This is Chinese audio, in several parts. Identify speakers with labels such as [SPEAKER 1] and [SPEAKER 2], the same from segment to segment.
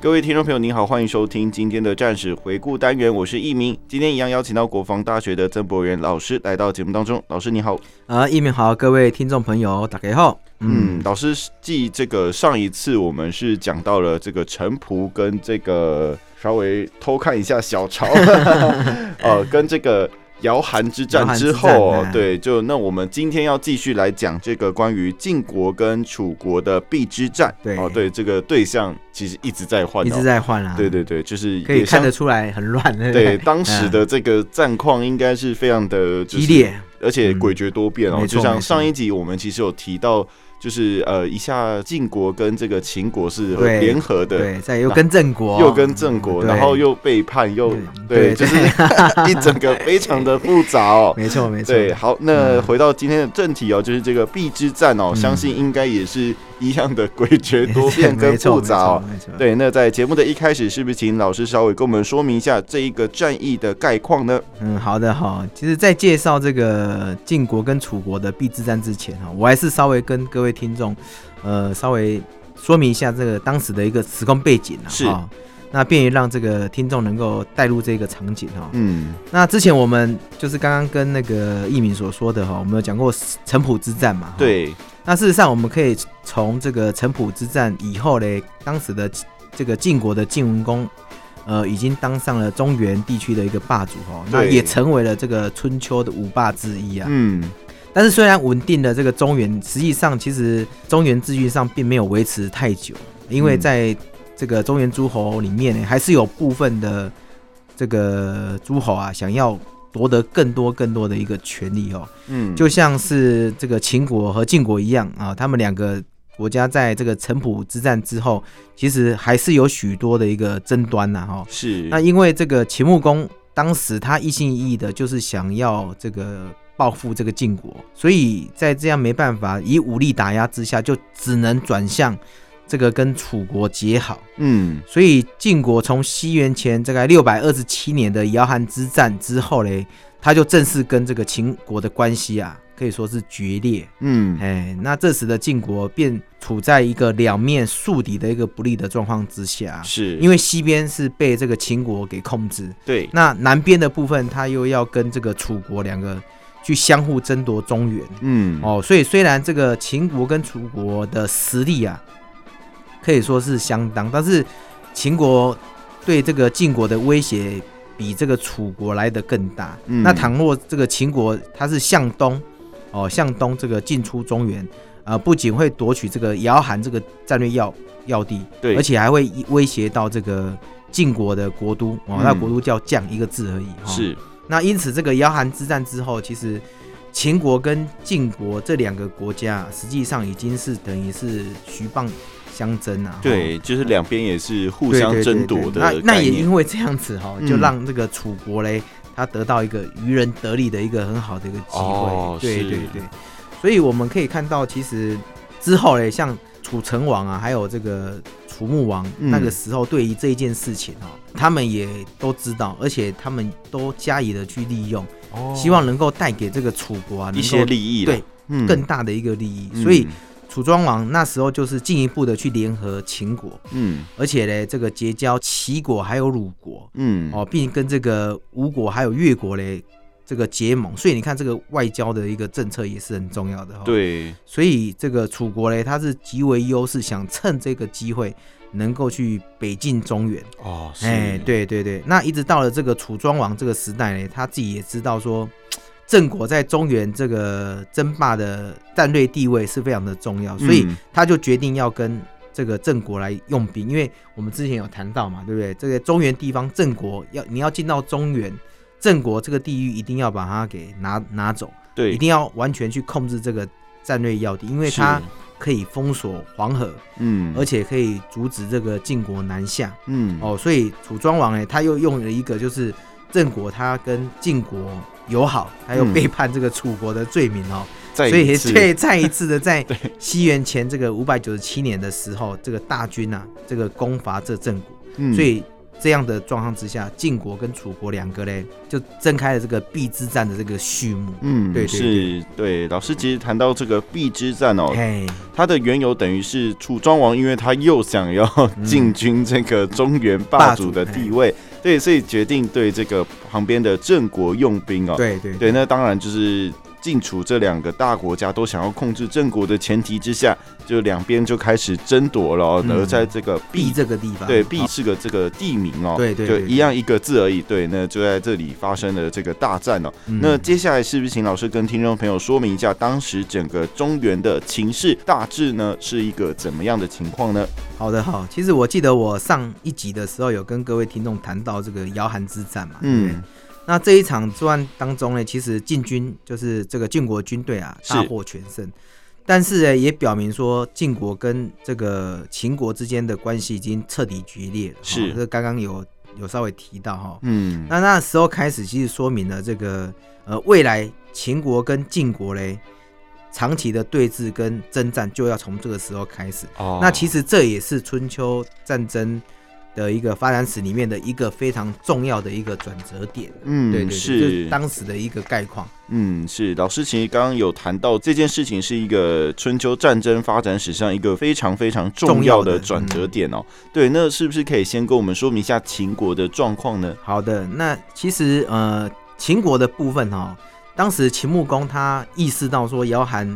[SPEAKER 1] 各位听众朋友，您好，欢迎收听今天的战史回顾单元，我是易明。今天一样邀请到国防大学的曾博元老师来到节目当中。老师你好，
[SPEAKER 2] 啊，一鸣好，各位听众朋友，大家好。
[SPEAKER 1] 嗯，老师，继这个上一次我们是讲到了这个陈仆跟这个稍微偷看一下小 朝，呃，跟这个姚韩之
[SPEAKER 2] 姚
[SPEAKER 1] 战
[SPEAKER 2] 韩
[SPEAKER 1] 之
[SPEAKER 2] 之
[SPEAKER 1] 后，
[SPEAKER 2] 战哎
[SPEAKER 1] 对，就那我们今天要继续来讲这个关于晋国跟楚国的避之战。
[SPEAKER 2] 对
[SPEAKER 1] 哦，对，这个对象其实一直在换、哦，
[SPEAKER 2] 一直在换啦、
[SPEAKER 1] 对对对，就是
[SPEAKER 2] 可以
[SPEAKER 1] 也
[SPEAKER 2] 看
[SPEAKER 1] 相
[SPEAKER 2] 得出来很乱， 对不
[SPEAKER 1] 对
[SPEAKER 2] 对？
[SPEAKER 1] 当时的这个战况应该是非常的、就是、
[SPEAKER 2] 嗯激，烈，
[SPEAKER 1] 而且诡谲多变哦。
[SPEAKER 2] 嗯没错
[SPEAKER 1] 就像
[SPEAKER 2] 没错
[SPEAKER 1] 上一集我们其实有提到，就是呃，一下晋国跟这个秦国是
[SPEAKER 2] 对
[SPEAKER 1] 联合的。
[SPEAKER 2] 对，再又跟郑国，
[SPEAKER 1] 又跟郑国，
[SPEAKER 2] 对
[SPEAKER 1] 然后又背叛，又对，
[SPEAKER 2] 对对
[SPEAKER 1] 就是 一整个非常的复杂哦。
[SPEAKER 2] 没错没错，
[SPEAKER 1] 对，好，那
[SPEAKER 2] 嗯
[SPEAKER 1] 回到今天的正题哦，就是这个避之战哦，
[SPEAKER 2] 嗯
[SPEAKER 1] 相信应该也是一样的诡谲多变跟
[SPEAKER 2] 没错
[SPEAKER 1] 复杂哦。，
[SPEAKER 2] 没错没错，
[SPEAKER 1] 对，那在节目的一开始，是不是请老师稍微跟我们说明一下这一个战役的概况呢？
[SPEAKER 2] 嗯，好的好。其实，在介绍这个晋国跟楚国的避之战之前哈，啊我还是稍微跟各位听众，呃，稍微说明一下这个当时的一个时空背景啊，
[SPEAKER 1] 是
[SPEAKER 2] 哈那便于让这个听众能够带入这个场景啊哈。
[SPEAKER 1] 嗯，
[SPEAKER 2] 那之前我们就是刚刚跟那个一鸣所说的哈，我们有讲过城濮之战嘛。。
[SPEAKER 1] 对，
[SPEAKER 2] 那事实上，我们可以从这个城濮之战以后嘞，当时的这个晋国的晋文公，呃，已经当上了中原地区的一个霸主哦，那
[SPEAKER 1] 对
[SPEAKER 2] 也成为了这个春秋的五霸之一啊。
[SPEAKER 1] 嗯，
[SPEAKER 2] 但是虽然稳定了这个中原，实际上其实中原秩序上并没有维持太久，因为
[SPEAKER 1] 嗯
[SPEAKER 2] 在这个中原诸侯里面呢，还是有部分的这个诸侯啊，想要夺得更多更多的一个权利哦，
[SPEAKER 1] 嗯，
[SPEAKER 2] 就像是这个秦国和晋国一样啊，他们两个国家在这个城濮之战之后，其实还是有许多的一个争端呐、哦哈。
[SPEAKER 1] 是，
[SPEAKER 2] 那因为这个秦穆公当时他一心一意的就是想要这个报复这个晋国，所以在这样没办法以武力打压之下，就只能转向这个跟楚国结好。
[SPEAKER 1] 嗯，
[SPEAKER 2] 所以晋国从西元前大概六百二十七年的崤函之战之后嘞，他就正式跟这个秦国的关系啊，可以说是决裂。
[SPEAKER 1] 嗯，
[SPEAKER 2] 哎，那这时的晋国便处在一个两面树敌的一个不利的状况之下，啊
[SPEAKER 1] 是，
[SPEAKER 2] 因
[SPEAKER 1] 为
[SPEAKER 2] 为西边是被这个秦国给控制，
[SPEAKER 1] 对，
[SPEAKER 2] 那南边的部分，他又要跟这个楚国两个去相互争夺中原
[SPEAKER 1] 嗯，
[SPEAKER 2] 哦，所以虽然这个秦国跟楚国的实力啊，可以说是相当，但是秦国对这个晋国的威胁比这个楚国来得更大。
[SPEAKER 1] 嗯
[SPEAKER 2] 那倘若这个秦国它是向东哦，向东这个进出中原，呃，不仅会夺取这个瑶韩这个战略要要地，
[SPEAKER 1] 对，
[SPEAKER 2] 而且还会威胁到这个晋国的国都哦
[SPEAKER 1] 嗯，
[SPEAKER 2] 那国都叫将一个字而已。哦、，
[SPEAKER 1] 是，
[SPEAKER 2] 那因此这个崤函之战之后，其实秦国跟晋国这两个国家实际上已经是等于是鹬蚌相争啊。
[SPEAKER 1] 对，
[SPEAKER 2] 哦。
[SPEAKER 1] 就是两边也是互
[SPEAKER 2] 对
[SPEAKER 1] 相
[SPEAKER 2] 对对
[SPEAKER 1] 争
[SPEAKER 2] 对
[SPEAKER 1] 夺的
[SPEAKER 2] 那那
[SPEAKER 1] 概
[SPEAKER 2] 也
[SPEAKER 1] 念
[SPEAKER 2] 因为这样子哈、
[SPEAKER 1] 嗯
[SPEAKER 2] 就让这个楚国嘞，他得到一个渔人得利的一个很好的一个机会。
[SPEAKER 1] 哦
[SPEAKER 2] 对
[SPEAKER 1] 是
[SPEAKER 2] 对对，所以我们可以看到，其实之后嘞，像楚成王啊，还有这个楚穆王，
[SPEAKER 1] 嗯
[SPEAKER 2] 那个时候对于这一件事情哦，他们也都知道，而且他们都加以的去利用，希望能够带给这个楚国啊
[SPEAKER 1] 哦一
[SPEAKER 2] 能
[SPEAKER 1] 些
[SPEAKER 2] 够
[SPEAKER 1] 利益啦
[SPEAKER 2] 对
[SPEAKER 1] 嗯
[SPEAKER 2] 更大的一个利益。
[SPEAKER 1] 嗯
[SPEAKER 2] 所以楚庄王那时候就是进一步的去联合秦国，
[SPEAKER 1] 嗯
[SPEAKER 2] 而且呢，这个结交齐国还有鲁国
[SPEAKER 1] 嗯
[SPEAKER 2] 哦，并跟这个吴国还有越国嘞这个结盟。所以你看，这个外交的一个政策也是很重要的、哦。。
[SPEAKER 1] 对
[SPEAKER 2] 所以这个楚国嘞，它是极为优势，想趁这个机会能够去北进中原。
[SPEAKER 1] 哦是
[SPEAKER 2] 哎，对对对，那一直到了这个楚庄王这个时代嘞，他自己也知道说，郑国在中原这个争霸的战略地位是非常的重要，所以
[SPEAKER 1] 嗯
[SPEAKER 2] 他就决定要跟这个郑国来用兵，因为我们之前有谈到嘛，对不对？这个中原地方郑国要你要进到中原。郑国这个地域一定要把它给拿拿走，一
[SPEAKER 1] 对
[SPEAKER 2] 定要完全去控制这个战略要地，因为
[SPEAKER 3] 是
[SPEAKER 2] 它可以封锁黄河，
[SPEAKER 1] 嗯，
[SPEAKER 2] 而且可以阻止这个晋国南下。
[SPEAKER 1] 嗯
[SPEAKER 2] 哦，所以楚庄王哎，他又用了一个就是郑国他跟晋国友好，他又
[SPEAKER 1] 嗯
[SPEAKER 2] 背叛这个楚国的罪名哦，
[SPEAKER 1] 再
[SPEAKER 2] 所以
[SPEAKER 1] 一次
[SPEAKER 2] 对再一次的在西元前这个五百九十七年的时候，这个大军啊，这个攻伐这郑国，
[SPEAKER 1] 嗯
[SPEAKER 2] 所以这样的状况之下，晋国跟楚国两个嘞就睁开了这个避之战的这个序幕。
[SPEAKER 1] 嗯
[SPEAKER 2] 对对
[SPEAKER 1] 是对老师其实谈到这个避之战哦，
[SPEAKER 2] 嘿，
[SPEAKER 1] 它的缘由等于是楚庄王，因为他又想要进军这个中原霸主的地位，
[SPEAKER 2] 嗯
[SPEAKER 1] 对，所以决定对这个旁边的郑国用兵哦。
[SPEAKER 2] 对对
[SPEAKER 1] 对，那当然就是晋楚这两个大国家都想要控制郑国的前提之下，就两边就开始争夺了、哦。
[SPEAKER 2] 嗯
[SPEAKER 1] 而在这个
[SPEAKER 2] 避
[SPEAKER 1] 避，
[SPEAKER 2] 这个地方，
[SPEAKER 1] 对，避
[SPEAKER 2] 哦
[SPEAKER 1] 是个这个地名哦，
[SPEAKER 2] 对对对
[SPEAKER 1] 就一样一个字而已。对，那就在这里发生了这个大战哦。
[SPEAKER 2] 嗯
[SPEAKER 1] 那接下来是不是请老师跟听众朋友说明一下，当时整个中原的情势大致呢是一个怎么样的情况呢？
[SPEAKER 2] 好的，好。其实我记得我上一集的时候有跟各位听众谈到这个姚韩之战嘛，对不
[SPEAKER 1] 嗯
[SPEAKER 2] 对，那这一场战当中呢，其实晋军就是这个晋国军队啊，
[SPEAKER 1] 是
[SPEAKER 2] 大获全胜。但是呢，也表明说晋国跟这个秦国之间的关系已经彻底决裂了。
[SPEAKER 1] 是
[SPEAKER 2] 哦这刚刚有有稍微提到哈、
[SPEAKER 1] 嗯，
[SPEAKER 2] 那那时候开始，其实说明了这个呃，未来秦国跟晋国嘞长期的对峙跟征战，就要从这个时候开始。
[SPEAKER 1] 哦
[SPEAKER 2] 那其
[SPEAKER 1] 实
[SPEAKER 2] 实这也是春秋战争的一个发展史里面的一个非常重要的一个转折点。
[SPEAKER 1] 嗯
[SPEAKER 2] 对对对，就是
[SPEAKER 1] 是
[SPEAKER 2] 当时的一个概况。
[SPEAKER 1] 嗯是老师其实刚刚有谈到这件事情是一个春秋战争发展史上一个非常非常重要的转折点哦。
[SPEAKER 2] 嗯
[SPEAKER 1] 对，那是不是可以先跟我们说明一下秦国的状况呢？
[SPEAKER 2] 好的，那其实呃，秦国的部分哦，当时秦穆公他意识到说姚韩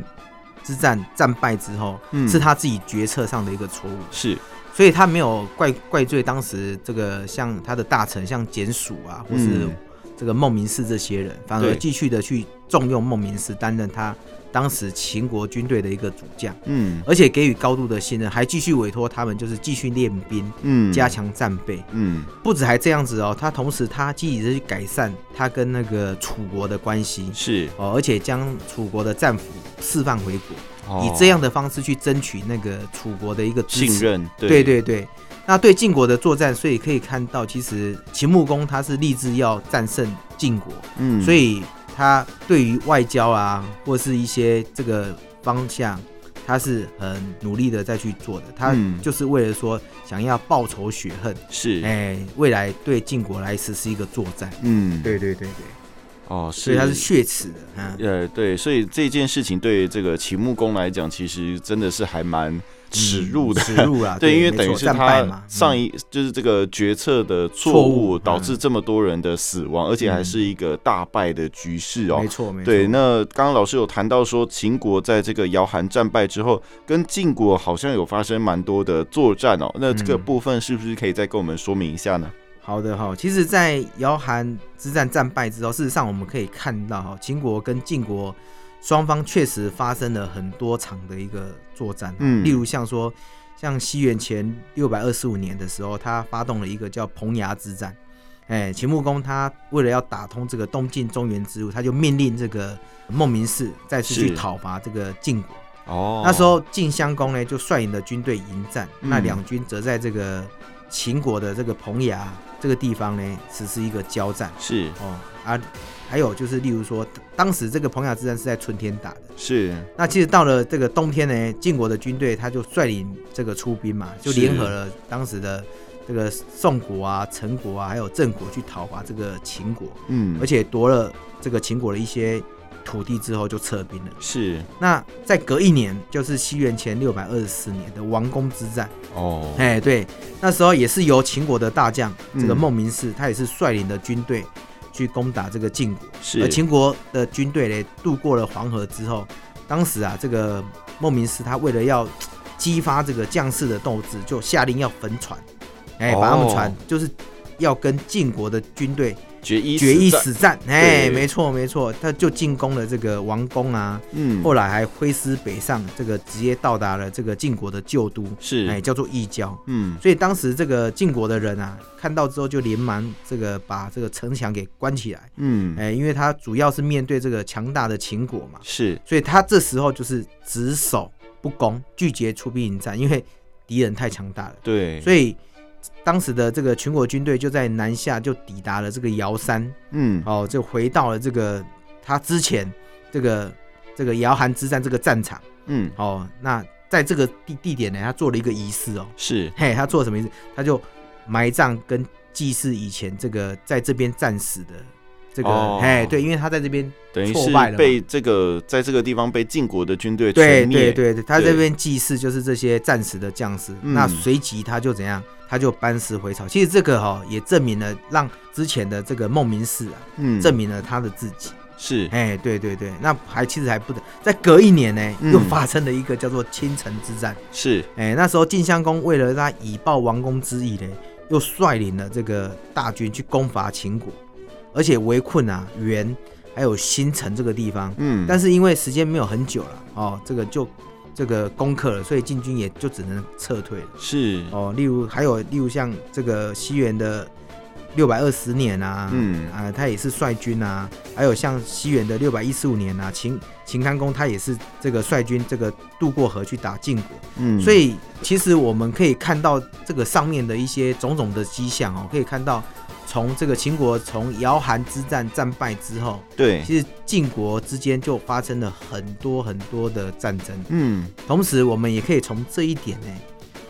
[SPEAKER 2] 之战战败之后，
[SPEAKER 1] 嗯
[SPEAKER 2] 是他自己决策上的一个错误，
[SPEAKER 1] 是
[SPEAKER 2] 所以他没有怪怪罪当时这个像他的大臣像简署啊，或是
[SPEAKER 1] 嗯
[SPEAKER 2] 这个孟明视这些人，反而
[SPEAKER 1] 对
[SPEAKER 2] 继续的去重用孟明视担任他当时秦国军队的一个主将，
[SPEAKER 1] 嗯
[SPEAKER 2] 而且给予高度的信任，还继续委托他们就是继续练兵，
[SPEAKER 1] 嗯
[SPEAKER 2] 加强战备。
[SPEAKER 1] 嗯
[SPEAKER 2] 不止还这样子哦，他同时他积极的去改善他跟那个楚国的关系
[SPEAKER 1] 是
[SPEAKER 2] 哦，而且将楚国的战俘释放回国，
[SPEAKER 1] 哦
[SPEAKER 2] 以这样的方式去争取那个楚国的一个支持
[SPEAKER 1] 信。任对
[SPEAKER 2] 对对对，那对晋国的作战，所以可以看到，其实秦穆公他是立志要战胜晋国，
[SPEAKER 1] 嗯
[SPEAKER 2] 所以他对于外交啊，或是一些这个方向，他是很努力的再去做的。他
[SPEAKER 1] 嗯
[SPEAKER 2] 就是为了说想要报仇雪恨，
[SPEAKER 1] 是
[SPEAKER 2] 哎、未来对晋国来实施一个作战。
[SPEAKER 1] 嗯
[SPEAKER 2] 对对对对，
[SPEAKER 1] 哦
[SPEAKER 2] 所以他是血耻的啊。
[SPEAKER 1] 呃，对，所以这件事情对这个秦穆公来讲，其实真的是还蛮耻辱的。
[SPEAKER 2] 耻辱嗯啊！
[SPEAKER 1] 对，因为
[SPEAKER 2] 没
[SPEAKER 1] 等于
[SPEAKER 2] 错
[SPEAKER 1] 是
[SPEAKER 2] 战败
[SPEAKER 1] 他
[SPEAKER 2] 嘛，
[SPEAKER 1] 上
[SPEAKER 2] 嗯
[SPEAKER 1] 一就是这个决策的错
[SPEAKER 2] 错误
[SPEAKER 1] 误，导
[SPEAKER 2] 嗯
[SPEAKER 1] 致这么多人的死亡，而且还
[SPEAKER 2] 嗯
[SPEAKER 1] 是一个大败的局势哦
[SPEAKER 2] 没。错没错，
[SPEAKER 1] 对，那刚刚老师有谈到说，秦国在这个姚韩战败之后，跟晋国好像有发生蛮多的作战哦。那这个
[SPEAKER 2] 嗯
[SPEAKER 1] 部分是不是可以再跟我们说明一下呢？
[SPEAKER 2] 好的哈，其实，在姚韩之战战败之后，事实上我们可以看到哈，秦国跟晋国双方确实发生了很多场的一个作战，啊
[SPEAKER 1] 嗯
[SPEAKER 2] 例如像说，像西元前六百二十五年的时候，他发动了一个叫彭崖之战，哎，秦穆公他为了要打通这个东晋中原之路，他就命令这个孟明视再次去
[SPEAKER 1] 是
[SPEAKER 2] 讨伐这个晋国。
[SPEAKER 1] 哦
[SPEAKER 2] 那时候晋襄公呢就率领了军队迎战，
[SPEAKER 1] 嗯
[SPEAKER 2] 那两军则在这个秦国的这个彭崖这个地方呢实施一个交战
[SPEAKER 1] 是
[SPEAKER 2] 哦啊，还有就是例如说，当时这个彭崖之战是在春天打的，
[SPEAKER 1] 是，
[SPEAKER 2] 那其实到了这个冬天呢，晋国的军队他就率领这个出兵嘛，就是联合了当时的这个宋国啊、陈国啊，还有郑国去讨伐这个秦国，
[SPEAKER 1] 嗯，
[SPEAKER 2] 而且夺了这个秦国的一些土地之后就撤兵了。
[SPEAKER 1] 是
[SPEAKER 2] 那再隔一年，就是西元前六百二十四年的王宫之战。
[SPEAKER 1] 哦，
[SPEAKER 2] 哎，对，那时候也是由秦国的大将
[SPEAKER 1] 嗯
[SPEAKER 2] 这个孟明视，他也是率领的军队去攻打这个晋国。
[SPEAKER 1] 是
[SPEAKER 2] 而秦国的军队呢，渡过了黄河之后，当时啊，这个孟明视他为了要激发这个将士的斗志，就下令要焚船，哎，把他们
[SPEAKER 1] 哦
[SPEAKER 2] 船就是要跟晋国的军队
[SPEAKER 1] 决一
[SPEAKER 2] 决一
[SPEAKER 1] 死战，
[SPEAKER 2] 死战，哎，
[SPEAKER 1] 哦对
[SPEAKER 2] 没错没错，他就进攻了这个王宫啊，
[SPEAKER 1] 嗯，
[SPEAKER 2] 后来还挥师北上，这个直接到达了这个晋国的旧都，
[SPEAKER 1] 是
[SPEAKER 2] 哎，叫做义交。
[SPEAKER 1] 嗯，
[SPEAKER 2] 所以当时这个晋国的人啊，看到之后就连忙这个把这个城墙给关起来，
[SPEAKER 1] 嗯，
[SPEAKER 2] 哎，因为他主要是面对这个强大的秦国嘛，
[SPEAKER 1] 是
[SPEAKER 2] 所以他这时候就是只守不攻，拒绝出兵迎战，因为敌人太强大了。
[SPEAKER 1] 对，
[SPEAKER 2] 所
[SPEAKER 1] 以
[SPEAKER 2] 以当时的这个秦国军队就在南下就抵达了这个尧山，
[SPEAKER 1] 嗯，
[SPEAKER 2] 哦，就回到了这个他之前这个这个尧韩之战这个战场。
[SPEAKER 1] 嗯，
[SPEAKER 2] 哦，那在这个地地点呢，他做了一个仪式哦，
[SPEAKER 1] 是
[SPEAKER 2] 嘿，他做了什么仪式？他就埋葬跟祭祀以前这个在这边战死的这个，
[SPEAKER 1] 哦
[SPEAKER 2] 嘿，对，因为他在这边
[SPEAKER 1] 等于
[SPEAKER 2] 挫
[SPEAKER 1] 是
[SPEAKER 2] 败了嘛
[SPEAKER 1] 被这个在这个地方被晋国的军队
[SPEAKER 2] 对
[SPEAKER 1] 全
[SPEAKER 2] 对
[SPEAKER 1] 灭，
[SPEAKER 2] 对对，他
[SPEAKER 1] 对
[SPEAKER 2] 这边祭祀就是这些战死的将士，
[SPEAKER 1] 嗯
[SPEAKER 2] 那随即他就怎样，他就班师回朝。其实这个哈、也证明了，让之前的这个孟明氏啊，
[SPEAKER 1] 嗯，
[SPEAKER 2] 证明了他的自己。
[SPEAKER 1] 是
[SPEAKER 2] 哎、对对对，那还其实还不得，在隔一年呢，
[SPEAKER 1] 嗯
[SPEAKER 2] 又发生了一个叫做青城之战。
[SPEAKER 1] 是
[SPEAKER 2] 哎、那时候晋襄公为了他以报王宫之意呢，又率领了这个大军去攻伐秦国，而且围困啊原还有新城这个地方。
[SPEAKER 1] 嗯，
[SPEAKER 2] 但是因为时间没有很久了哦，这个就这个攻克了，所以晋军也就只能撤退了
[SPEAKER 1] 是
[SPEAKER 2] 哦。例如还有例如像这个西元的六百二十年啊，
[SPEAKER 1] 嗯
[SPEAKER 2] 啊、他也是率军啊，还有像西元的六百一十五年啊，秦秦康公他也是这个率军这个渡过河去打晋国，
[SPEAKER 1] 嗯，
[SPEAKER 2] 所以其实我们可以看到这个上面的一些种种的迹象哦，可以看到从这个秦国从姚韩之战战败之后。
[SPEAKER 1] 对，
[SPEAKER 2] 其实晋国之间就发生了很多很多的战争，
[SPEAKER 1] 嗯，
[SPEAKER 2] 同时我们也可以从这一点呢，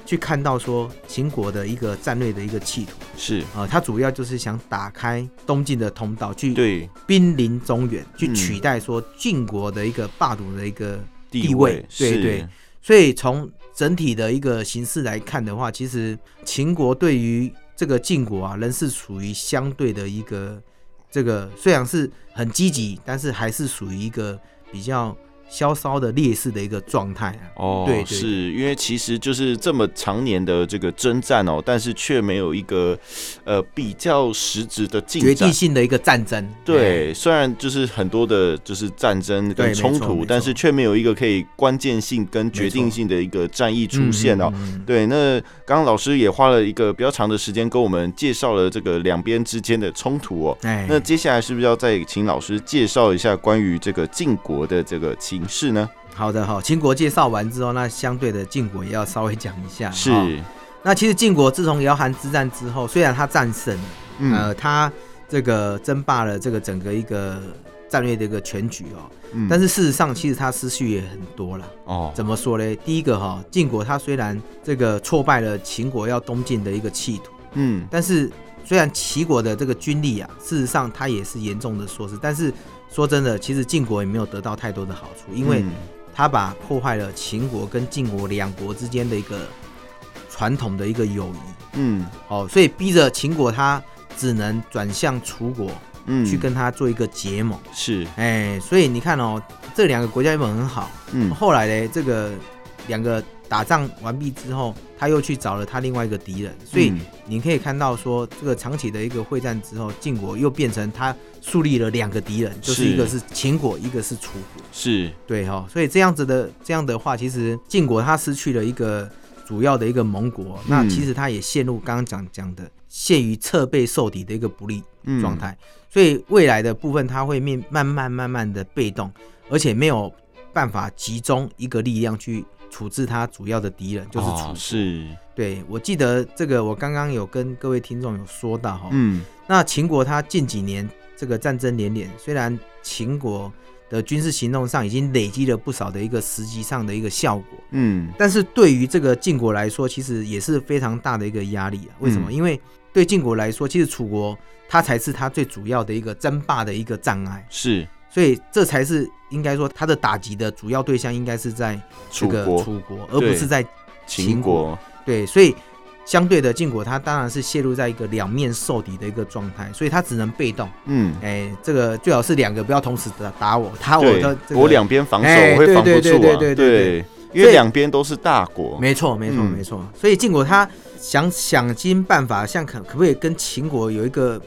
[SPEAKER 2] 去看到说秦国的一个战略的一个企图
[SPEAKER 1] 是
[SPEAKER 2] 啊、呃它主要就是想打开东晋的通道，去
[SPEAKER 1] 对
[SPEAKER 2] 兵临中原，去
[SPEAKER 1] 嗯
[SPEAKER 2] 取代说晋国的一个霸主的一个
[SPEAKER 1] 地
[SPEAKER 2] 地位对
[SPEAKER 1] 是
[SPEAKER 2] 对，所以从整体的一个形势来看的话，其实秦国对于这个晋国啊，仍是属于相对的一个这个虽然是很积极，但是还是属于一个比较稍稍的劣势的一个状态啊。
[SPEAKER 1] 哦，
[SPEAKER 2] 对对对
[SPEAKER 1] 是因为其实就是这么常年的这个征战哦，但是却没有一个呃比较实质的进
[SPEAKER 2] 决
[SPEAKER 1] 展
[SPEAKER 2] 定。性的一个战争，哎
[SPEAKER 1] 对，虽然就是很多的，就是战争
[SPEAKER 2] 对
[SPEAKER 1] 跟
[SPEAKER 2] 没错
[SPEAKER 1] 冲
[SPEAKER 2] 没
[SPEAKER 1] 突
[SPEAKER 2] 错，
[SPEAKER 1] 但是却没有一个可以关键性跟决定性的一个战役
[SPEAKER 2] 嗯，
[SPEAKER 1] 出现哦。
[SPEAKER 2] 嗯，嗯嗯
[SPEAKER 1] 对，那刚刚老师也花了一个比较长的时间跟我们介绍了这个两边之间的冲突哦。
[SPEAKER 2] 哎，
[SPEAKER 1] 那接下来是不是要再请老师介绍一下关于这个晋国的这个情势呢？
[SPEAKER 2] 好的好，秦国介绍完之后，那相对的晋国也要稍微讲一下。
[SPEAKER 1] 是
[SPEAKER 2] 哦，那其实晋国自从姚韩之战之后，虽然他战胜了。
[SPEAKER 1] 嗯
[SPEAKER 2] 呃，他这个争霸了这个整个一个战略的一个全局哦。
[SPEAKER 1] 嗯
[SPEAKER 2] 但是事实上，其实他失去也很多了。
[SPEAKER 1] 哦，
[SPEAKER 2] 怎么说嘞？第一个哈、晋国他虽然这个挫败了秦国要东进的一个企图，
[SPEAKER 1] 嗯
[SPEAKER 2] 但是虽然齐国的这个军力啊，事实上他也是严重的缩失。但是说真的，其实晋国也没有得到太多的好处，因为
[SPEAKER 1] 嗯
[SPEAKER 2] 他把破坏了秦国跟晋国两国之间的一个传统的一个友谊。
[SPEAKER 1] 嗯
[SPEAKER 2] 哦，所以逼着秦国他只能转向楚国
[SPEAKER 1] 嗯
[SPEAKER 2] 去跟他做一个结盟。
[SPEAKER 1] 是
[SPEAKER 2] 哎、所以你看哦，这两个国家原本很好，
[SPEAKER 1] 嗯
[SPEAKER 2] 后来呢，这个两个打仗完毕之后，他又去找了他另外一个敌人，所以
[SPEAKER 1] 嗯
[SPEAKER 2] 你可以看到说，这个长期的一个会战之后，晋国又变成他树立了两个敌人，就是
[SPEAKER 1] 是
[SPEAKER 2] 一个是秦国，一个是楚国。
[SPEAKER 1] 是
[SPEAKER 2] 对哈、所以这样子的这样的话，其实晋国它失去了一个主要的一个盟
[SPEAKER 1] 嗯
[SPEAKER 2] 国，那其实它也陷入刚刚讲讲的陷于侧背受敌的一个不利
[SPEAKER 1] 嗯
[SPEAKER 2] 状态，所以未来的部分它会面慢慢慢慢的被动，而且没有办法集中一个力量去处置它主要的敌人，就是楚。
[SPEAKER 1] 哦是
[SPEAKER 2] 对我记得这个，我刚刚有跟各位听众有说到哦哈、
[SPEAKER 1] 嗯
[SPEAKER 2] 那秦国它近几年这个战争连连，虽然秦国的军事行动上已经累积了不少的一个实际上的一个效果，
[SPEAKER 1] 嗯
[SPEAKER 2] 但是对于这个晋国来说，其实也是非常大的一个压力啊。为什么？
[SPEAKER 1] 嗯
[SPEAKER 2] 因为对晋国来说，其实楚国它才是它最主要的一个争霸的一个障碍，
[SPEAKER 1] 是
[SPEAKER 2] 所以这才是应该说它的打击的主要对象应该是在这
[SPEAKER 1] 楚
[SPEAKER 2] 个
[SPEAKER 1] 国
[SPEAKER 2] 楚国，而不是在
[SPEAKER 1] 秦
[SPEAKER 2] 秦国
[SPEAKER 1] 国
[SPEAKER 2] 对，所以相对的晋国它当然是陷入在一个两面受敌的一个状态，所以它只能被动。
[SPEAKER 1] 嗯
[SPEAKER 2] 哎，这个最好是两个不要同时打打我，打我
[SPEAKER 1] 对
[SPEAKER 2] 的这个
[SPEAKER 1] 我两边防守
[SPEAKER 2] 哎
[SPEAKER 1] 我会
[SPEAKER 2] 对
[SPEAKER 1] 防不
[SPEAKER 2] 对对
[SPEAKER 1] 住啊
[SPEAKER 2] 对对对
[SPEAKER 1] 对
[SPEAKER 2] 对，
[SPEAKER 1] 因
[SPEAKER 2] 所
[SPEAKER 1] 为
[SPEAKER 2] 以
[SPEAKER 1] 两边都是大国
[SPEAKER 2] 没错没错、
[SPEAKER 1] 嗯
[SPEAKER 2] 没错。所以晋国他想想尽办法，像可可不可以跟秦国有一个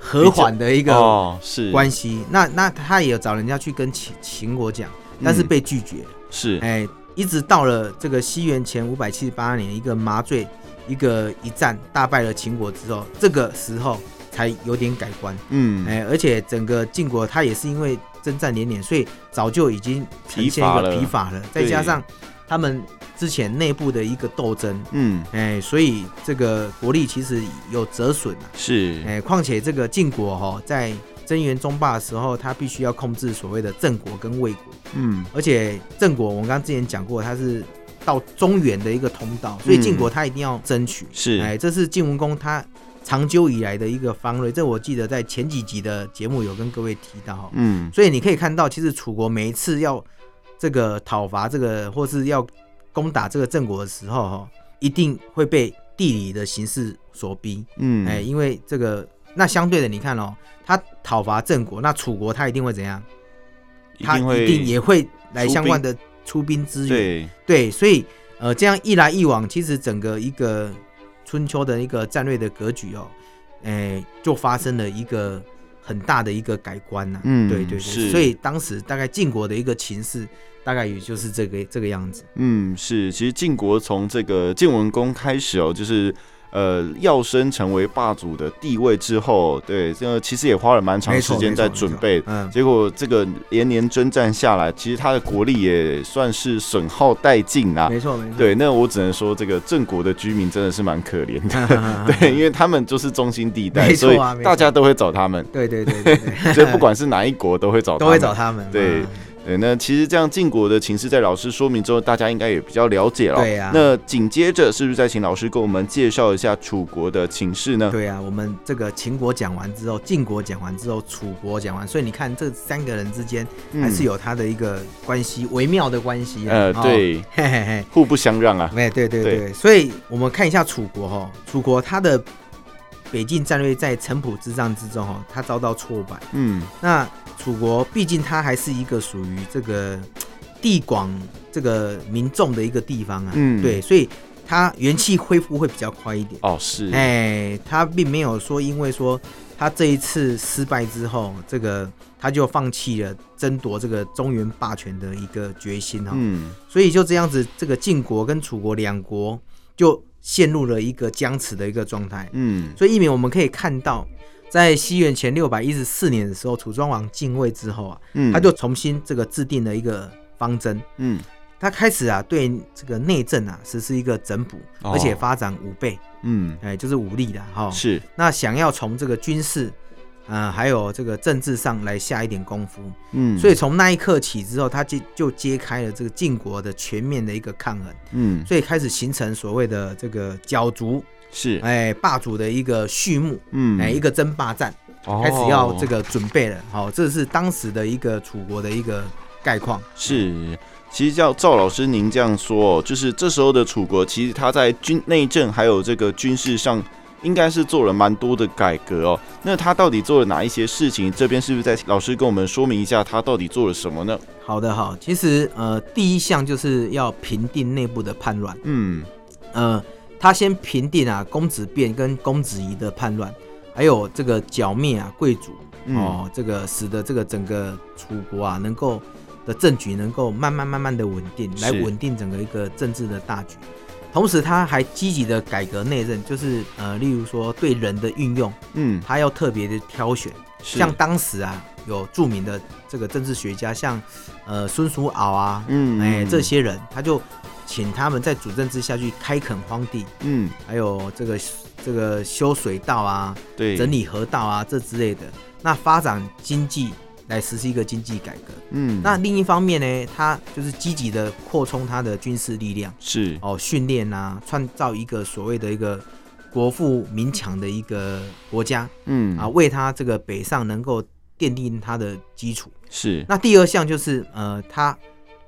[SPEAKER 2] 和缓的一个
[SPEAKER 1] 哦，是
[SPEAKER 2] 关系。那那他也有找人家去跟秦秦国讲，但是
[SPEAKER 1] 嗯
[SPEAKER 2] 被拒绝。
[SPEAKER 1] 是
[SPEAKER 2] 哎、一直到了这个西元前五百七十八年，一个麻醉一个一战大败了秦国之后，这个时候才有点改观。
[SPEAKER 1] 嗯
[SPEAKER 2] 哎、而且整个晋国他也是因为征战连连，所以早就已经呈现
[SPEAKER 1] 疲
[SPEAKER 2] 一
[SPEAKER 1] 乏
[SPEAKER 2] 个
[SPEAKER 1] 了
[SPEAKER 2] 疲乏了，再
[SPEAKER 1] 对
[SPEAKER 2] 加上他们之前内部的一个斗争，
[SPEAKER 1] 嗯
[SPEAKER 2] 哎、所以这个国力其实有折损啊。
[SPEAKER 1] 是
[SPEAKER 2] 哎、况且这个晋国哈、在增援中霸的时候，他必须要控制所谓的郑国跟魏国。
[SPEAKER 1] 嗯
[SPEAKER 2] 而且郑国，我们刚刚之前讲过，它是到中原的一个通道，
[SPEAKER 1] 嗯
[SPEAKER 2] 所以晋国他一定要争取。
[SPEAKER 1] 是
[SPEAKER 2] 哎，这是晋文公他长久以来的一个方略，这我记得在前几集的节目有跟各位提到哦。
[SPEAKER 1] 嗯
[SPEAKER 2] 所以你可以看到，其实楚国每一次要这个讨伐这个，或是要攻打这个郑国的时候，哈，一定会被地理的形势所逼。
[SPEAKER 1] 嗯
[SPEAKER 2] 哎，因为这个，那相对的，你看哦，他讨伐郑国，那楚国他一定会怎样？
[SPEAKER 1] 一
[SPEAKER 2] 他
[SPEAKER 1] 定会
[SPEAKER 2] 一定也会来
[SPEAKER 1] 出
[SPEAKER 2] 相关
[SPEAKER 1] 兵
[SPEAKER 2] 的出兵支援。
[SPEAKER 1] 对
[SPEAKER 2] 对，所以呃，这样一来一往，其实整个一个春秋的一个战略的格局哦，哎，就发生了一个很大的一个改观呐、
[SPEAKER 1] 嗯
[SPEAKER 2] 对对对，
[SPEAKER 1] 是
[SPEAKER 2] 所以当时大概晋国的一个情势，大概也就是这个这个样子。
[SPEAKER 1] 嗯，是，其实晋国从这个晋文公开始哦，就是呃，要升成为霸主的地位之后，对，这个其实也花了蛮长
[SPEAKER 2] 没
[SPEAKER 1] 时
[SPEAKER 2] 错
[SPEAKER 1] 间
[SPEAKER 2] 没
[SPEAKER 1] 在
[SPEAKER 2] 错
[SPEAKER 1] 准
[SPEAKER 2] 没错
[SPEAKER 1] 备。
[SPEAKER 2] 嗯，
[SPEAKER 1] 结果这个连年征战下来，其实他的国力也算是损耗殆尽啦、
[SPEAKER 2] 没错没错。
[SPEAKER 1] 啊 对，那我只能说，这个郑国的居民真的是蛮可怜 的。对，
[SPEAKER 2] 对
[SPEAKER 1] 因为他们就是中心地带，
[SPEAKER 2] 没
[SPEAKER 1] 所
[SPEAKER 2] 错
[SPEAKER 1] 以
[SPEAKER 2] 啊没
[SPEAKER 1] 大
[SPEAKER 2] 错
[SPEAKER 1] 家都会找他 们，
[SPEAKER 2] 对对对 对对，
[SPEAKER 1] 所以不管是哪一国都会找他们，
[SPEAKER 2] 都会找他们。
[SPEAKER 1] 对
[SPEAKER 2] 嗯
[SPEAKER 1] 对，那其实这样晋国的情势，在老师说明之后，大家应该也比较了解了。
[SPEAKER 2] 对啊
[SPEAKER 1] 那紧接着，是不是再请老师跟我们介绍一下楚国的情势呢？
[SPEAKER 2] 对啊，我们这个秦国讲完之后，晋国讲完之后，楚国讲完，所以你看这三个人之间
[SPEAKER 1] 嗯
[SPEAKER 2] 还是有他的一个关系，微妙的关系啊。
[SPEAKER 1] 呃，
[SPEAKER 2] 哦，
[SPEAKER 1] 对，
[SPEAKER 2] 嘿嘿嘿，
[SPEAKER 1] 互不相让啊。
[SPEAKER 2] 哎，对对对，
[SPEAKER 1] 对
[SPEAKER 2] 所以我们看一下楚国哈、哦，楚国他的北境战略在城濮之战之中哈、哦，他遭到挫败。
[SPEAKER 1] 嗯，
[SPEAKER 2] 那楚国毕竟它还是一个属于这个地广这个民众的一个地方啊，
[SPEAKER 1] 嗯
[SPEAKER 2] 对，所以它元气恢复会比较快一点。
[SPEAKER 1] 哦，是，
[SPEAKER 2] 哎，他并没有说，因为说他这一次失败之后，这个他就放弃了争夺这个中原霸权的一个决心哈、
[SPEAKER 1] 嗯，
[SPEAKER 2] 所以就这样子，这个晋国跟楚国两国就陷入了一个僵持的一个状态。
[SPEAKER 1] 嗯，
[SPEAKER 2] 所以一鸣我们可以看到，在西元前六百一十四年的时候，楚庄王进位之后啊，
[SPEAKER 1] 嗯，
[SPEAKER 2] 他就重新这个制定了一个方针。
[SPEAKER 1] 嗯，
[SPEAKER 2] 他开始啊，对这个内政啊实施一个整补，
[SPEAKER 1] 哦
[SPEAKER 2] 而且发展武备，
[SPEAKER 1] 嗯，
[SPEAKER 2] 哎，就是武力的哈。
[SPEAKER 1] 是，
[SPEAKER 2] 那想要从这个军事，呃，还有这个政治上来下一点功夫，
[SPEAKER 1] 嗯，
[SPEAKER 2] 所以，从那一刻起之后，他就就揭开了这个晋国的全面的一个抗衡，
[SPEAKER 1] 嗯，
[SPEAKER 2] 所以开始形成所谓的这个角逐，
[SPEAKER 1] 是，
[SPEAKER 2] 哎，霸主的一个序幕，
[SPEAKER 1] 嗯，
[SPEAKER 2] 哎，一个争霸战，
[SPEAKER 1] 哦
[SPEAKER 2] 开始要这个准备了。好、这是当时的一个楚国的一个概况。
[SPEAKER 1] 是，其实照赵老师您这样说哦，就是这时候的楚国，其实他在军内政还有这个军事上，应该是做了蛮多的改革哦。那他到底做了哪一些事情？这边是不是在老师跟我们说明一下，他到底做了什么呢？
[SPEAKER 2] 好的，好，其实呃，第一项就是要平定内部的叛乱。
[SPEAKER 1] 嗯，
[SPEAKER 2] 呃，他先平定啊公子辩跟公子仪的叛乱，还有这个剿灭啊贵族、
[SPEAKER 1] 嗯
[SPEAKER 2] 哦，这个使得这个整个楚国啊能够的政局能够慢慢慢慢的稳定，
[SPEAKER 1] 是
[SPEAKER 2] 来稳定整个一个政治的大局。同时，他还积极的改革内政，就是呃，例如说对人的运用，
[SPEAKER 1] 嗯，
[SPEAKER 2] 他要特别的挑选。
[SPEAKER 1] 是，
[SPEAKER 2] 像当时啊，有著名的这个政治学家，像呃孙叔敖啊，
[SPEAKER 1] 嗯，
[SPEAKER 2] 哎、这，些人，他就请他们在主政之下去开垦荒地，
[SPEAKER 1] 嗯，
[SPEAKER 2] 还有这个这个修水道啊、
[SPEAKER 1] 对，
[SPEAKER 2] 整，理河道啊这之类的，那发展经济来实施一个经济改革。
[SPEAKER 1] 嗯，
[SPEAKER 2] 那另一方面呢，他就是积极的扩充他的军事力量，
[SPEAKER 1] 是，
[SPEAKER 2] 哦，训练啊，创造一个所谓的一个国富民强的一个国家
[SPEAKER 1] 嗯，
[SPEAKER 2] 啊，，为他这个北上能够奠定他的基础。
[SPEAKER 1] 是，
[SPEAKER 2] 那第二项就是呃，他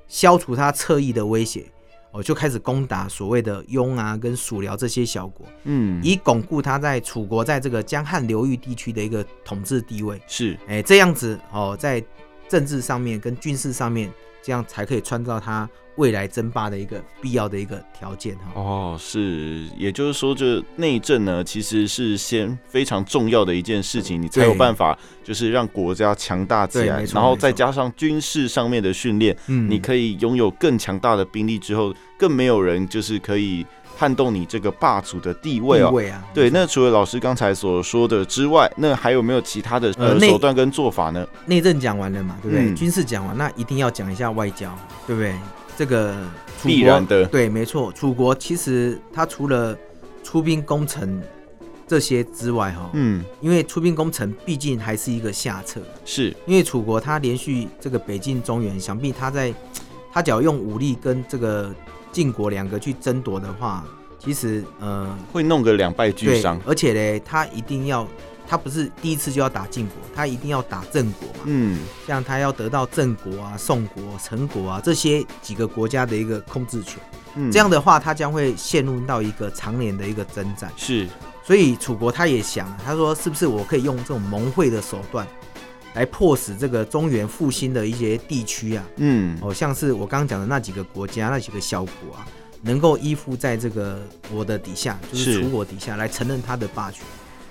[SPEAKER 2] 消除他侧翼的威胁，哦，就开始攻打所谓的雍啊跟蜀辽这些小国，
[SPEAKER 1] 嗯，
[SPEAKER 2] 以巩固他在楚国在这个江汉流域地区的一个统治地位。
[SPEAKER 1] 是，
[SPEAKER 2] 哎，这样子哦，在政治上面跟军事上面这样才可以创造他未来争霸的一个必要的一个条件哈。
[SPEAKER 1] 哦，是，也就是说，这内政呢，其实是先非常重要的一件事情，你才有办法就是让国家强大起
[SPEAKER 2] 对
[SPEAKER 1] 来
[SPEAKER 2] 没，错
[SPEAKER 1] 然后
[SPEAKER 2] 没错
[SPEAKER 1] 再加上军事上面的训练，
[SPEAKER 2] 嗯
[SPEAKER 1] 你可以拥有更强大的兵力之后，更没有人就是可以撼动你这个霸主的地位
[SPEAKER 2] 地
[SPEAKER 1] 哦。
[SPEAKER 2] 位啊，
[SPEAKER 1] 对，那除了老师刚才所说的之外，那还有没有其他的
[SPEAKER 2] 呃
[SPEAKER 1] 呃
[SPEAKER 2] 内
[SPEAKER 1] 手段跟做法呢？
[SPEAKER 2] 内政讲完了嘛，对不对？
[SPEAKER 1] 嗯
[SPEAKER 2] 军事讲完，那一定要讲一下外交，对不对？这个楚国
[SPEAKER 1] 必然的
[SPEAKER 2] 对，没错，楚国其实它除了出兵攻城这些之外，哈、
[SPEAKER 1] 嗯，
[SPEAKER 2] 因为出兵攻城毕竟还是一个下策，
[SPEAKER 1] 是
[SPEAKER 2] 因为楚国它连续这个北进中原，想必它在它只要用武力跟这个晋国两个去争夺的话，其实呃
[SPEAKER 1] 会弄个两败俱
[SPEAKER 2] 对
[SPEAKER 1] 伤，。
[SPEAKER 2] 而且嘞，它一定要它不是第一次就要打晋国，它一定要打郑国嘛，
[SPEAKER 1] 嗯，
[SPEAKER 2] 像他要得到郑国啊、宋国、陈国啊这些几个国家的一个控制权，
[SPEAKER 1] 嗯
[SPEAKER 2] 这样的话，他将会陷入到一个常年的一个征战。
[SPEAKER 1] 是
[SPEAKER 2] 所以楚国他也想，他说是不是我可以用这种盟会的手段，来迫使这个中原复兴的一些地区啊，
[SPEAKER 1] 嗯
[SPEAKER 2] 哦，像是我刚刚讲的那几个国家、那几个小国啊，能够依附在这个我的底下，就是
[SPEAKER 1] 是
[SPEAKER 2] 楚国底下来承认他的霸权。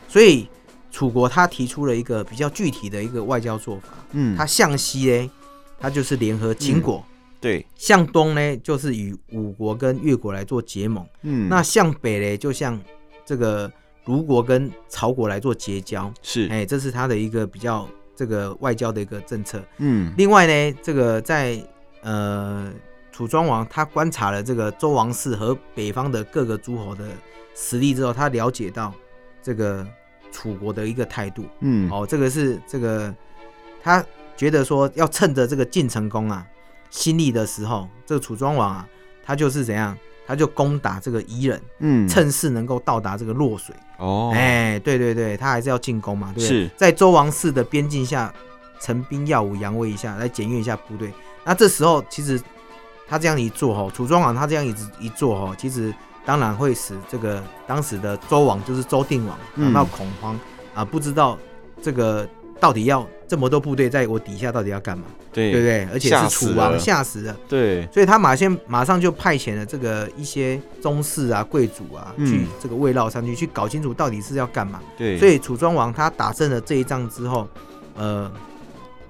[SPEAKER 2] 所以楚国他提出了一个比较具体的一个外交做法。
[SPEAKER 1] 嗯，
[SPEAKER 2] 它向西呢，它就是联合秦国；
[SPEAKER 1] 对，
[SPEAKER 2] 向东呢，就是与五国跟越国来做结盟；
[SPEAKER 1] 嗯，
[SPEAKER 2] 那向北呢，就向这个卢国跟曹国来做结交。
[SPEAKER 1] 是
[SPEAKER 2] 哎，这是它的一个比较这个外交的一个政策。
[SPEAKER 1] 嗯
[SPEAKER 2] 另外呢，这个在呃楚庄王他观察了这个周王室和北方的各个诸侯的实力之后，他了解到这个楚国的一个态度。
[SPEAKER 1] 嗯
[SPEAKER 2] 哦，这个是这个他觉得说要趁着这个晋成功啊新立的时候，这个楚庄王啊，他就是怎样，他就攻打这个夷人，
[SPEAKER 1] 嗯，
[SPEAKER 2] 趁势能够到达这个洛水。
[SPEAKER 1] 哦，
[SPEAKER 2] 哎、对对对，他还是要进攻嘛，对不对？
[SPEAKER 1] 是
[SPEAKER 2] 在周王室的边境下，陈兵耀武扬威一下，来检阅一下部队。那这时候其实他这样一做吼，楚庄王他这样一直一做吼，其实当然会使这个当时的周王就是周定王感
[SPEAKER 1] 嗯
[SPEAKER 2] 到恐慌、啊，不知道这个到底要这么多部队在我底下到底要干嘛，
[SPEAKER 1] 对
[SPEAKER 2] 对不对？而且是
[SPEAKER 1] 吓
[SPEAKER 2] 楚
[SPEAKER 1] 死
[SPEAKER 2] 王
[SPEAKER 1] 了
[SPEAKER 2] 吓死了。
[SPEAKER 1] 对，
[SPEAKER 2] 所以他马先马上就派遣了这个一些宗室啊、贵族啊，
[SPEAKER 1] 嗯
[SPEAKER 2] 去这个魏绕山区去搞清楚到底是要干嘛。
[SPEAKER 1] 对，
[SPEAKER 2] 所以楚庄王他打胜了这一仗之后，呃，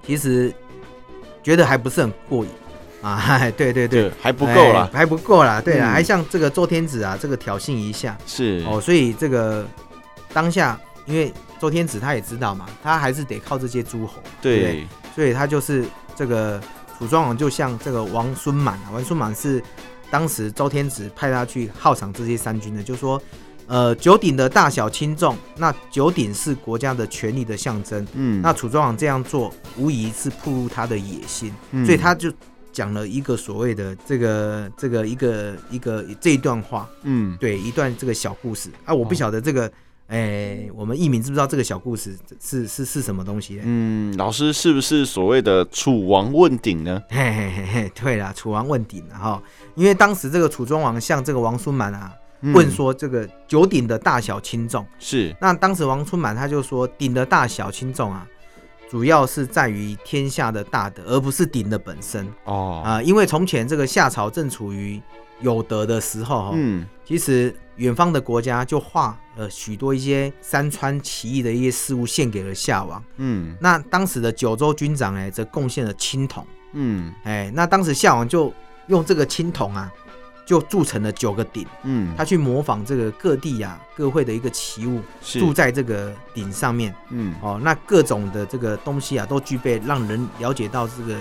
[SPEAKER 2] 其实觉得还不是很过瘾啊， 嗨对对对，
[SPEAKER 1] 对还不够
[SPEAKER 2] 哎
[SPEAKER 1] 啦，
[SPEAKER 2] 还不够啦，对啦，
[SPEAKER 1] 嗯
[SPEAKER 2] 还向这个周天子啊这个挑衅一下
[SPEAKER 1] 是
[SPEAKER 2] 哦，所以这个当下因为周天子他也知道嘛，他还是得靠这些诸侯，对不对
[SPEAKER 1] 对，
[SPEAKER 2] 所以他就是这个楚庄王，就像这个王孙满啊，王孙满是当时周天子派他去犒赏这些三军的，就说，呃，九鼎的大小轻重，那九鼎是国家的权力的象征，
[SPEAKER 1] 嗯，
[SPEAKER 2] 那楚庄王这样做无疑是暴露他的野心，
[SPEAKER 1] 嗯
[SPEAKER 2] 所以他就讲了一个所谓的这个这个一个一个这一段话，
[SPEAKER 1] 嗯
[SPEAKER 2] 对，一段这个小故事啊，我不
[SPEAKER 1] 哦
[SPEAKER 2] 晓得这个。哎，我们艺民知不知道这个小故事是是是什么东西？
[SPEAKER 1] 嗯，老师是不是所谓的楚王问鼎呢？
[SPEAKER 2] 嘿嘿嘿嘿，对啦，楚王问鼎了啊哈，因为当时这个楚庄王向这个王孙满啊
[SPEAKER 1] 嗯
[SPEAKER 2] 问说这个九鼎的大小轻重，
[SPEAKER 1] 是
[SPEAKER 2] 那当时王孙满他就说鼎的大小轻重啊，主要是在于天下的大德，而不是鼎的本身
[SPEAKER 1] 哦，
[SPEAKER 2] 啊、因为从前这个夏朝正处于有德的时候哈、
[SPEAKER 1] 嗯
[SPEAKER 2] 其实远方的国家就画了许多一些山川奇异的一些事物献给了夏王，
[SPEAKER 1] 嗯
[SPEAKER 2] 那当时的九州军长哎则贡献了青铜。
[SPEAKER 1] 嗯
[SPEAKER 2] 哎，那当时夏王就用这个青铜啊，就铸成了九个鼎，
[SPEAKER 1] 嗯，
[SPEAKER 2] 他去模仿这个各地啊各会的一个奇物，
[SPEAKER 1] 是
[SPEAKER 2] 铸在这个鼎上面
[SPEAKER 1] 嗯
[SPEAKER 2] 哦。那各种的这个东西啊，都具备让人了解到这个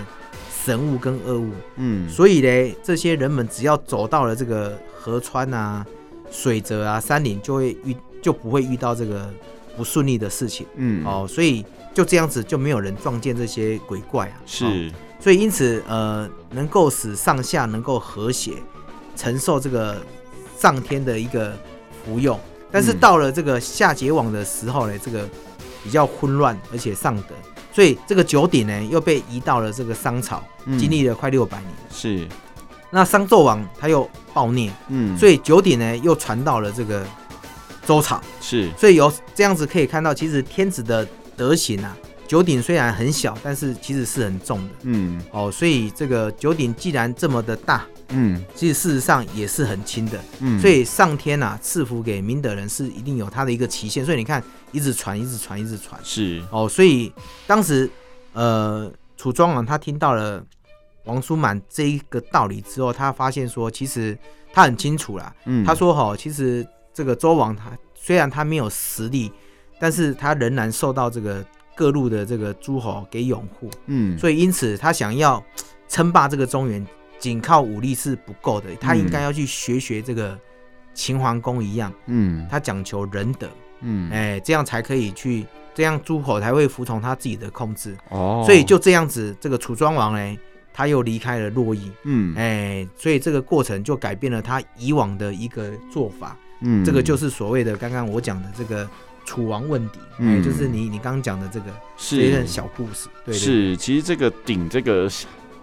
[SPEAKER 2] 神物跟恶物，
[SPEAKER 1] 嗯，
[SPEAKER 2] 所以嘞，这些人们只要走到了这个河川啊、水泽啊、山林，就会遇就不会遇到这个不顺利的事情
[SPEAKER 1] 嗯
[SPEAKER 2] 哦。所以就这样子，就没有人撞见这些鬼怪啊。哦
[SPEAKER 1] 是
[SPEAKER 2] 所以因此呃，能够使上下能够和谐，承受这个上天的一个服用。但是
[SPEAKER 1] 嗯
[SPEAKER 2] 到了这个下结网的时候呢，这个比较混乱，而且上德，所以这个九鼎呢又被移到了这个商朝，
[SPEAKER 1] 嗯
[SPEAKER 2] 经历了快六百年。
[SPEAKER 1] 是
[SPEAKER 2] 那商纣王他又暴虐，
[SPEAKER 1] 嗯，
[SPEAKER 2] 所
[SPEAKER 1] 以
[SPEAKER 2] 以九鼎呢又传到了这个周朝。
[SPEAKER 1] 是
[SPEAKER 2] 所以由这样子可以看到，其实天子的德行啊，九鼎虽然很小，但是其实是很重的
[SPEAKER 1] 嗯
[SPEAKER 2] 哦。所以这个九鼎既然这么的大，
[SPEAKER 1] 嗯
[SPEAKER 2] 其实事实上也是很轻的。
[SPEAKER 1] 嗯，
[SPEAKER 2] 所以上天啊赐福给明德人是一定有他的一个期限，所以你看一直传，一直传，一直传。
[SPEAKER 1] 是
[SPEAKER 2] 哦，所以当时呃，楚庄王他听到了王叔满这一个道理之后，他发现说，其实他很清楚啦。
[SPEAKER 1] 嗯，
[SPEAKER 2] 他说：“哈，其实这个周王他虽然他没有实力，但是他仍然受到这个各路的这个诸侯给拥护，
[SPEAKER 1] 嗯，
[SPEAKER 2] 所以因此他想要称霸这个中原，仅靠武力是不够的，他应该要去学学这个秦桓公一样，
[SPEAKER 1] 嗯
[SPEAKER 2] 他讲求仁德。”
[SPEAKER 1] 嗯
[SPEAKER 2] 哎、这样才可以去，这样诸侯才会服从他自己的控制。
[SPEAKER 1] 哦，
[SPEAKER 2] 所以就这样子，这个楚庄王呢，他又离开了洛邑，
[SPEAKER 1] 嗯
[SPEAKER 2] 哎、所以这个过程就改变了他以往的一个做法。
[SPEAKER 1] 嗯，
[SPEAKER 2] 这个就是所谓的刚刚我讲的这个楚王问鼎，哎、
[SPEAKER 1] 嗯
[SPEAKER 2] 就是你你刚刚讲的这个这一
[SPEAKER 1] 是
[SPEAKER 2] 段小故事，对对
[SPEAKER 1] 是，其实这个“鼎”这个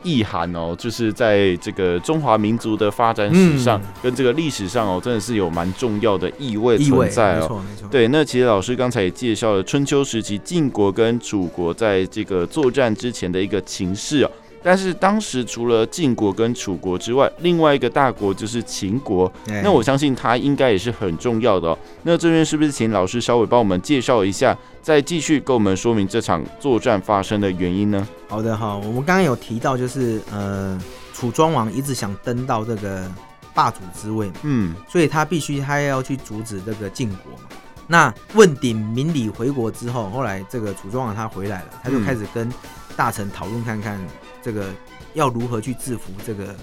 [SPEAKER 1] 意涵哦，就是在这个中华民族的发展史上、
[SPEAKER 2] 嗯
[SPEAKER 1] 跟这个历史上哦，真的是有蛮重要的意味
[SPEAKER 2] 意味
[SPEAKER 1] 存在
[SPEAKER 2] 没
[SPEAKER 1] 哦。
[SPEAKER 2] 错没错，
[SPEAKER 1] 对，那其实老师刚才也介绍了春秋时期晋国跟楚国在这个作战之前的一个情势哦。但是当时除了晋国跟楚国之外，另外一个大国就是秦国。
[SPEAKER 2] 哎
[SPEAKER 1] 那我相信它应该也是很重要的、哦。那这边是不是请老师稍微帮我们介绍一下，再继续跟我们说明这场作战发生的原因呢？
[SPEAKER 2] 好的哈，我们刚刚有提到就是呃，楚庄王一直想登到这个霸主之位嘛。
[SPEAKER 1] 嗯
[SPEAKER 2] 所以他必须他要去阻止这个晋国嘛。那问鼎明理回国之后，后来这个楚庄王他回来了，他就
[SPEAKER 1] 嗯
[SPEAKER 2] 开始跟大臣讨论看看这个要如何去制服这个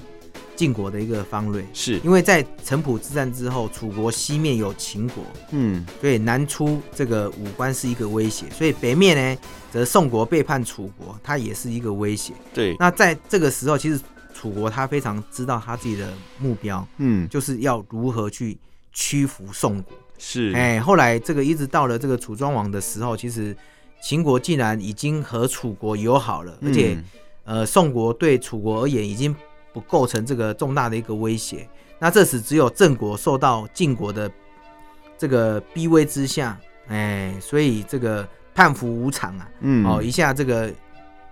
[SPEAKER 2] 晋国的一个方略。
[SPEAKER 1] 是，
[SPEAKER 2] 因为在城濮之战之后，楚国西面有秦国，
[SPEAKER 1] 嗯
[SPEAKER 2] 所以南出这个武关是一个威胁；所以北面呢，则宋国背叛楚国，它也是一个威胁。
[SPEAKER 1] 对，
[SPEAKER 2] 那在这个时候，其实楚国他非常知道他自己的目标，
[SPEAKER 1] 嗯
[SPEAKER 2] 就是要如何去屈服宋国。
[SPEAKER 1] 是，
[SPEAKER 2] 哎，后来这个一直到了这个楚庄王的时候，其实秦国竟然已经和楚国友好了，而且、
[SPEAKER 1] 嗯
[SPEAKER 2] 呃，宋国对楚国而言已经不构成这个重大的一个威胁。那这时只有郑国受到晋国的这个逼威之下，哎，所以这个叛服无常啊，
[SPEAKER 1] 嗯
[SPEAKER 2] 哦，一下这个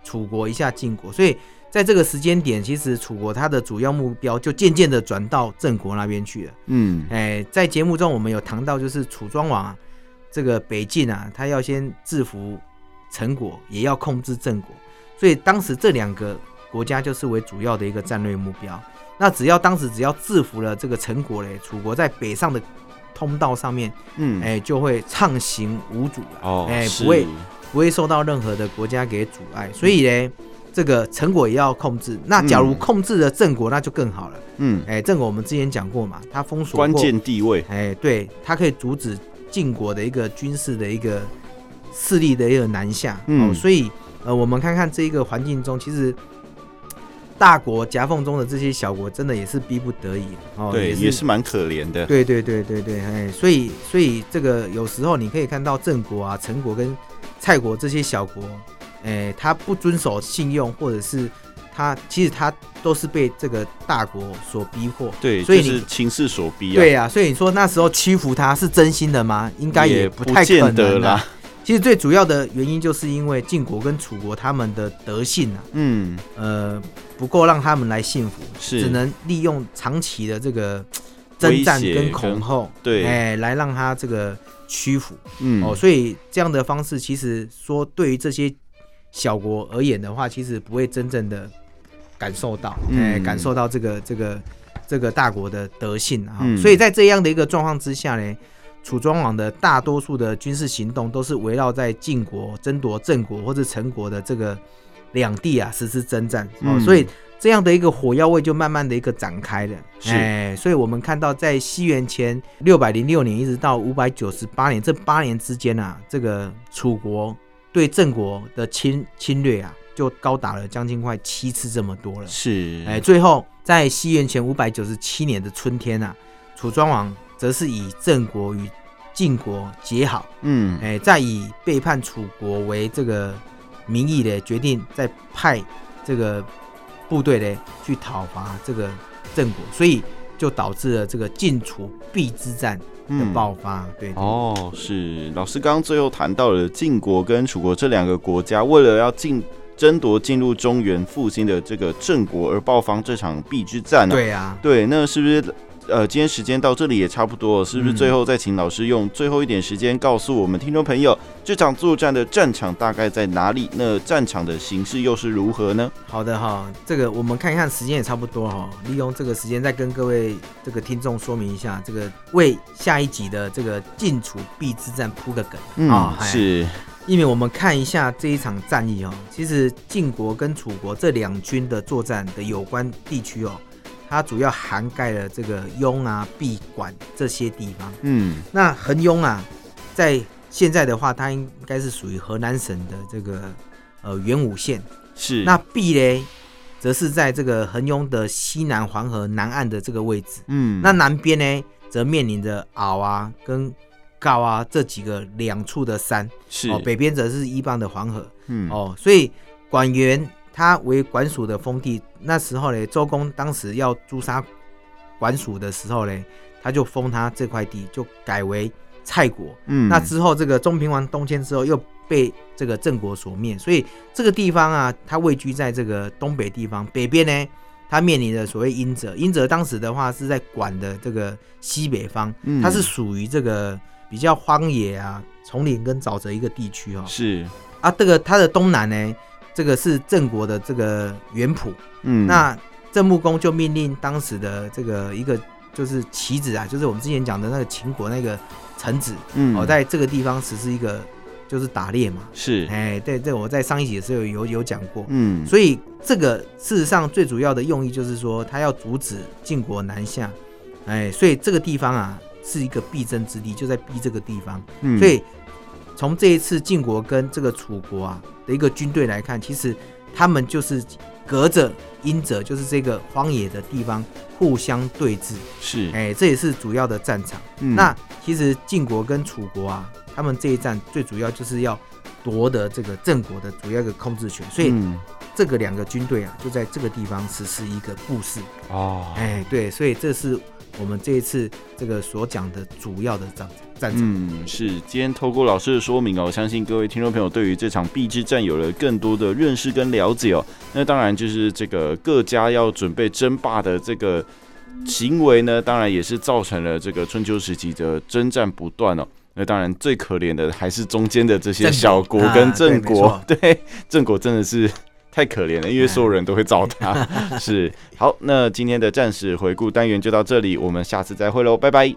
[SPEAKER 2] 楚国，一下晋国，所以在这个时间点，其实楚国它的主要目标就渐渐的转到郑国那边去了。
[SPEAKER 1] 嗯
[SPEAKER 2] 哎，在节目中我们有谈到，就是楚庄王啊，这个北晋啊，他要先制服陈国，也要控制郑国，所以当时这两个国家就是为主要的一个战略目标。那只要当时只要制服了这个陈国嘞，楚国在北上的通道上面，
[SPEAKER 1] 嗯
[SPEAKER 2] 哎，就会畅行无阻了。
[SPEAKER 1] 哦
[SPEAKER 2] 哎，
[SPEAKER 1] 是
[SPEAKER 2] 不会不会受到任何的国家给阻碍，所以呢，这个成果也要控制。那假如
[SPEAKER 1] 嗯
[SPEAKER 2] 控制了郑国，那就更好了。
[SPEAKER 1] 嗯
[SPEAKER 2] 哎，郑国我们之前讲过嘛，它封锁过
[SPEAKER 1] 关键，地位
[SPEAKER 2] 哎，对，它可以阻止晋国的一个军事的一个势力的一个南下。
[SPEAKER 1] 嗯
[SPEAKER 2] 哦，所以呃，我们看看这一个环境中，其实大国夹缝中的这些小国，真的也是逼不得已哦，
[SPEAKER 1] 对也是蛮可怜的，
[SPEAKER 2] 对对对对对，哎，所以所以这个有时候你可以看到郑国啊、陈国跟蔡国这些小国，哎，他不遵守信用，或者是他其实他都是被这个大国所逼迫。
[SPEAKER 1] 对，
[SPEAKER 2] 所以
[SPEAKER 1] 就
[SPEAKER 2] 你
[SPEAKER 1] 是情势所逼啊，
[SPEAKER 2] 对呀、所以你说那时候屈服他是真心的吗？应该
[SPEAKER 1] 也
[SPEAKER 2] 不
[SPEAKER 1] 不
[SPEAKER 2] 太可
[SPEAKER 1] 见
[SPEAKER 2] 能啊
[SPEAKER 1] 得
[SPEAKER 2] 啦、
[SPEAKER 1] 啦，
[SPEAKER 2] 其实最主要的原因就是因为晋国跟楚国他们的德性啊，
[SPEAKER 1] 嗯
[SPEAKER 2] 呃，不够让他们来信服，
[SPEAKER 1] 是
[SPEAKER 2] 只能利用长期的这个
[SPEAKER 1] 威
[SPEAKER 2] 征战
[SPEAKER 1] 胁
[SPEAKER 2] 跟
[SPEAKER 1] 跟
[SPEAKER 2] 恐吓，
[SPEAKER 1] 对
[SPEAKER 2] 哎，来让他这个屈服、
[SPEAKER 1] 嗯
[SPEAKER 2] 哦。所以这样的方式，其实说对于这些小国而言的话，其实不会真正的感受到，哎，
[SPEAKER 1] 嗯
[SPEAKER 2] 感受到这个这个这个大国的德性啊、
[SPEAKER 1] 嗯
[SPEAKER 2] 所以在这样的一个状况之下呢。楚庄王的大多数的军事行动都是围绕在晋国争夺郑国或者陈国的这个两地啊实施征战、哦，
[SPEAKER 1] 嗯
[SPEAKER 2] 所以这样的一个火药味就慢慢的一个展开了。
[SPEAKER 1] 是
[SPEAKER 2] 哎，所以我们看到在西元前六百零六年一直到五百九十八年这八年之间啊，这个楚国对郑国的侵侵略啊，就高达了将近快七次这么多了。
[SPEAKER 1] 是
[SPEAKER 2] 哎，最后在西元前五百九十七年的春天啊，楚庄王则是以郑国与晋国结好，
[SPEAKER 1] 嗯
[SPEAKER 2] 哎，再以背叛楚国为这个名义的决定，再派这个部队呢去讨伐这个郑国，所以就导致了这个晋楚必之战的
[SPEAKER 1] 嗯，
[SPEAKER 2] 爆发。对，
[SPEAKER 1] 哦，是老师刚刚最后谈到了晋国跟楚国这两个国家，为了要进争夺进入中原复兴的这个郑国而爆发这场必之战呢、
[SPEAKER 2] 对啊，
[SPEAKER 1] 对，那是不是呃，今天时间到这里也差不多了，是不是？
[SPEAKER 2] 嗯
[SPEAKER 1] 最后再请老师用最后一点时间告诉我们听众朋友，这场作战的战场大概在哪里？那战场的形势又是如何呢？
[SPEAKER 2] 好的哈，这个我们看一看时间也差不多哈，利用这个时间再跟各位这个听众说明一下，这个为下一集的这个晋楚必之战铺个梗。
[SPEAKER 1] 嗯，
[SPEAKER 2] 哦哎
[SPEAKER 1] 是，
[SPEAKER 2] 因为我们看一下这一场战役哦，其实晋国跟楚国这两军的作战的有关地区哦，它主要涵盖了这个雍啊、毕、管这些地方。
[SPEAKER 1] 嗯，
[SPEAKER 2] 那衡雍啊，在现在的话，它应该是属于河南省的这个呃元武县。
[SPEAKER 1] 是，
[SPEAKER 2] 那毕嘞，则是在这个衡雍的西南黄河南岸的这个位置。
[SPEAKER 1] 嗯，
[SPEAKER 2] 那南边呢，则面临着洱啊跟高啊这几个两处的山。
[SPEAKER 1] 是，
[SPEAKER 2] 哦，北边则是伊邦的黄河、
[SPEAKER 1] 嗯，
[SPEAKER 2] 哦，所以管元他为管属的封地。那时候呢，周公当时要诛杀管属的时候呢，他就封他这块地，就改为蔡国。
[SPEAKER 1] 嗯，
[SPEAKER 2] 那哦之后，这个中平王东迁之后，又被这个郑国所灭，所以这个地方啊，它位居在这个东北地方，北边呢，它面临着所谓殷泽。殷泽当时的话是在管的这个西北方，
[SPEAKER 1] 嗯
[SPEAKER 2] 它是属于这个比较荒野啊、丛林跟沼泽一个地区哦。
[SPEAKER 1] 是，
[SPEAKER 2] 啊，这个它的东南呢，这个是郑国的这个原谱，
[SPEAKER 1] 嗯，
[SPEAKER 2] 那郑穆公就命令当时的这个一个就是棋子啊，就是我们之前讲的那个秦国那个臣子。
[SPEAKER 1] 嗯，
[SPEAKER 2] 哦，在这个地方实施一个就是打猎嘛。
[SPEAKER 1] 是，
[SPEAKER 2] 哎，对，这我在上一集的时候有有讲过。
[SPEAKER 1] 嗯，
[SPEAKER 2] 所以这个事实上最主要的用意就是说，他要阻止晋国南下。哎，所以这个地方啊是一个必争之地，就在逼这个地方。
[SPEAKER 1] 嗯
[SPEAKER 2] 所以从这一次晋国跟这个楚国啊的一个军队来看，其实他们就是隔着阴者，就是这个荒野的地方互相对峙。
[SPEAKER 1] 是，
[SPEAKER 2] 哎，这也是主要的战场。
[SPEAKER 1] 嗯
[SPEAKER 2] 那其实晋国跟楚国啊，他们这一战最主要就是要夺得这个郑国的主要一个控制权，所以
[SPEAKER 1] 嗯
[SPEAKER 2] 这个两个军队啊，就在这个地方实施一个故事。
[SPEAKER 1] 哦，
[SPEAKER 2] 哎，对，所以这是我们这一次这个所讲的主要的战战场。
[SPEAKER 1] 嗯，是，今天透过老师的说明哦，我相信各位听众朋友对于这场壁之战有了更多的认识跟了解哦。那当然就是这个各家要准备争霸的这个行为呢，当然也是造成了这个春秋时期的征战不断哦。那当然最可怜的还是中间的这些
[SPEAKER 2] 郑国
[SPEAKER 1] 小国
[SPEAKER 2] 啊
[SPEAKER 1] 跟郑国，
[SPEAKER 2] 对
[SPEAKER 1] 对郑国真的是。太可怜了，因为所有人都会找 他。是好，那今天的战士回顾单元就到这里，我们下次再会喽，拜拜。